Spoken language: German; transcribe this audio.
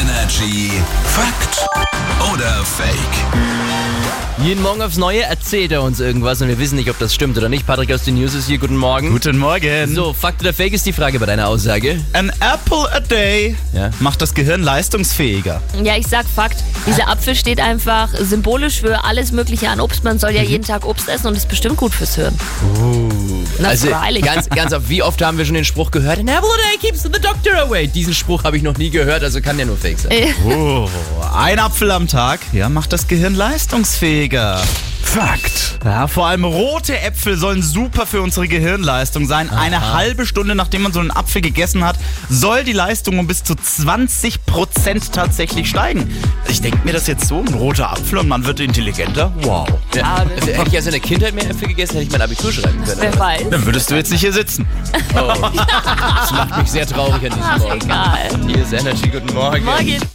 Energy Fakt oder Fake? Jeden Morgen aufs Neue erzählt er uns irgendwas und wir wissen nicht, ob das stimmt oder nicht. Patrick aus den News ist hier, guten Morgen. Guten Morgen. So, Fakt oder Fake ist die Frage bei deiner Aussage. An apple a day Ja. macht das Gehirn leistungsfähiger. Ja, ich sag Fakt. Dieser Apfel steht einfach symbolisch für alles Mögliche an Obst. Man soll ja jeden Tag Obst essen und ist bestimmt gut fürs Hirn. Na, Also freilich. ganz, ganz oft, wie oft haben wir schon den Spruch gehört? An apple a day keeps the doctor away. Diesen Spruch habe ich noch nie gehört, also kann der nur Fake sein. Oh, ein Apfel am Tag ja, macht das Gehirn leistungsfähiger. Fakt. Ja, vor allem rote Äpfel sollen super für unsere Gehirnleistung sein. Eine halbe Stunde nachdem man so einen Apfel gegessen hat, soll die Leistung um bis zu 20% tatsächlich steigen. Ich denke mir das jetzt so, ein roter Apfel und man wird intelligenter. Wow. Ah, Ja, also, hätte ich also in der Kindheit mehr Äpfel gegessen, hätte ich mein Abitur schreiben können. Oh. Wer weiß. Dann würdest du jetzt nicht hier sitzen. Das macht mich sehr traurig an diesem Ach, Morgen. Ah, egal. Hier ist Energy, guten Morgen. Morgen.